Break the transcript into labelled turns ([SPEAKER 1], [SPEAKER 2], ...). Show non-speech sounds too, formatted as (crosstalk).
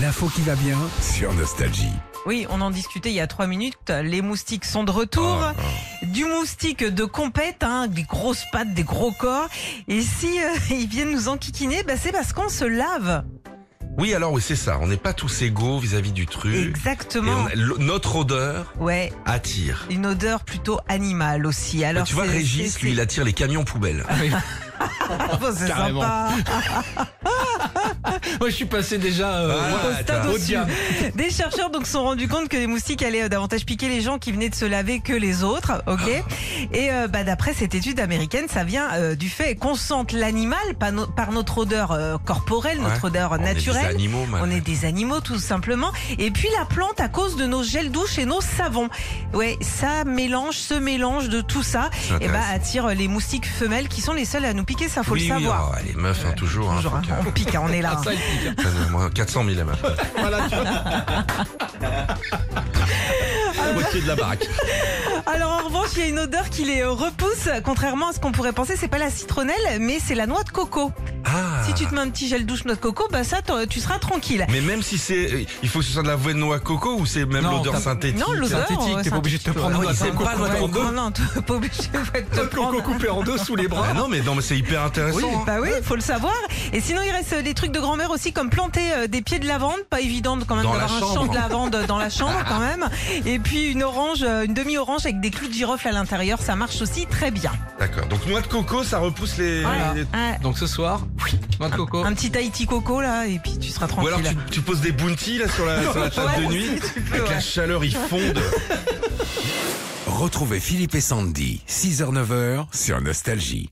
[SPEAKER 1] L'info qui va bien sur Nostalgie.
[SPEAKER 2] Oui, on en discutait il y a trois minutes. Les moustiques sont de retour.
[SPEAKER 3] Ah,
[SPEAKER 2] Du moustique de compète, hein, des grosses pattes, des gros corps. Et si euh, (laughs) ils viennent nous enquiquiner, bah, c'est parce qu'on se lave.
[SPEAKER 3] Oui, alors oui, c'est ça. On n'est pas tous égaux vis-à-vis du truc. Et
[SPEAKER 2] Exactement.
[SPEAKER 3] on- l- notre odeur
[SPEAKER 2] Ouais,
[SPEAKER 3] attire. Bah,
[SPEAKER 2] une odeur plutôt animale aussi. Alors
[SPEAKER 3] tu vois,
[SPEAKER 2] c'est-
[SPEAKER 3] Régis,
[SPEAKER 2] c'est-
[SPEAKER 3] lui, il attire les camions poubelles.
[SPEAKER 2] (laughs) Ah, bon, c'est
[SPEAKER 4] Carrément.
[SPEAKER 3] (laughs)
[SPEAKER 2] sympa.
[SPEAKER 4] Moi, je suis passé déjà euh,
[SPEAKER 3] Ah,
[SPEAKER 4] au-
[SPEAKER 2] Au stade
[SPEAKER 4] au
[SPEAKER 2] au-dessus.
[SPEAKER 4] diable.
[SPEAKER 2] Des chercheurs donc se sont rendus compte que les moustiques allaient euh, davantage piquer les gens qui venaient de se laver que les autres, ok
[SPEAKER 3] (laughs)
[SPEAKER 2] Et euh, bah, d'après cette étude américaine, ça vient euh, du fait qu'on sente l'animal par, no- par notre odeur euh, corporelle, notre
[SPEAKER 3] Ouais.
[SPEAKER 2] odeur euh,
[SPEAKER 3] On est des
[SPEAKER 2] naturelle.
[SPEAKER 3] animaux, man.
[SPEAKER 2] On est des animaux tout simplement. Et puis la plante à cause de nos gels douches et nos savons. Ouais, ça mélange, ce mélange de tout ça,
[SPEAKER 3] C'est
[SPEAKER 2] et bah
[SPEAKER 3] intéressant.
[SPEAKER 2] attire les moustiques femelles qui sont les seules à nous piquer, ça faut
[SPEAKER 3] oui,
[SPEAKER 2] le
[SPEAKER 3] oui,
[SPEAKER 2] savoir.
[SPEAKER 3] oh, les meufs, hein, toujours. hein,
[SPEAKER 2] Toujours, hein,
[SPEAKER 3] faut que-
[SPEAKER 2] on pique, hein, on est là. hein.
[SPEAKER 4] Ça, il pique.
[SPEAKER 3] Ça donne moins 400 000
[SPEAKER 2] (laughs)
[SPEAKER 3] meufs.
[SPEAKER 4] Voilà, (laughs) tu vois. Ah, La moitié de la baraque.
[SPEAKER 2] Alors en revanche, il y a une odeur qui les euh, repousse. Contrairement à ce qu'on pourrait penser, c'est pas la citronnelle, mais c'est la noix de coco.
[SPEAKER 3] Ah.
[SPEAKER 2] Si tu te mets un petit gel douche noix de coco, bah ça, t'en- tu seras tranquille.
[SPEAKER 3] Mais même si c'est, euh, il faut que ce soit de la vraie noix coco ou c'est même
[SPEAKER 4] Non,
[SPEAKER 3] l'odeur
[SPEAKER 4] t'as-
[SPEAKER 3] synthétique. hein.
[SPEAKER 2] Non, l'odeur.
[SPEAKER 4] Synthétique,
[SPEAKER 2] euh,
[SPEAKER 4] t'es pas obligé de te prendre
[SPEAKER 2] synthétique.
[SPEAKER 3] un C'est coco. pas noix de
[SPEAKER 2] Ouais,
[SPEAKER 3] coco
[SPEAKER 2] Non, non, t'es
[SPEAKER 3] (laughs)
[SPEAKER 2] pas obligé ouais, de te prendre.
[SPEAKER 4] coupé en deux sous les
[SPEAKER 3] Ah
[SPEAKER 4] bras.
[SPEAKER 3] non, mais non, mais c'est hyper intéressant.
[SPEAKER 2] Oui,
[SPEAKER 3] hein.
[SPEAKER 2] bah oui, faut le savoir. Et sinon, il reste euh, des trucs de grand-mère aussi, comme planter euh, des pieds de lavande, pas évident de- quand même
[SPEAKER 3] Dans
[SPEAKER 2] d'avoir
[SPEAKER 3] la
[SPEAKER 2] un
[SPEAKER 3] chambre.
[SPEAKER 2] champ de lavande dans
[SPEAKER 3] (laughs)
[SPEAKER 2] la chambre quand même. Et puis une orange, euh, une demi-orange avec des clous de girofle à l'intérieur, ça marche aussi très bien.
[SPEAKER 3] D'accord. Donc noix de coco, ça repousse les.
[SPEAKER 2] Voilà.
[SPEAKER 3] les-
[SPEAKER 2] Ouais.
[SPEAKER 4] Donc ce soir, noix de coco.
[SPEAKER 2] Un petit Tahiti coco là et puis tu seras
[SPEAKER 3] Ou
[SPEAKER 2] tranquille.
[SPEAKER 3] alors tu, tu poses des bounties là sur la, sur la table
[SPEAKER 2] (laughs) Ouais,
[SPEAKER 3] de nuit.
[SPEAKER 2] si tu peux,
[SPEAKER 3] Avec
[SPEAKER 2] ouais.
[SPEAKER 3] la chaleur, ils fondent.
[SPEAKER 1] Retrouvez Philippe et Sandy, 6h-9h sur Nostalgie.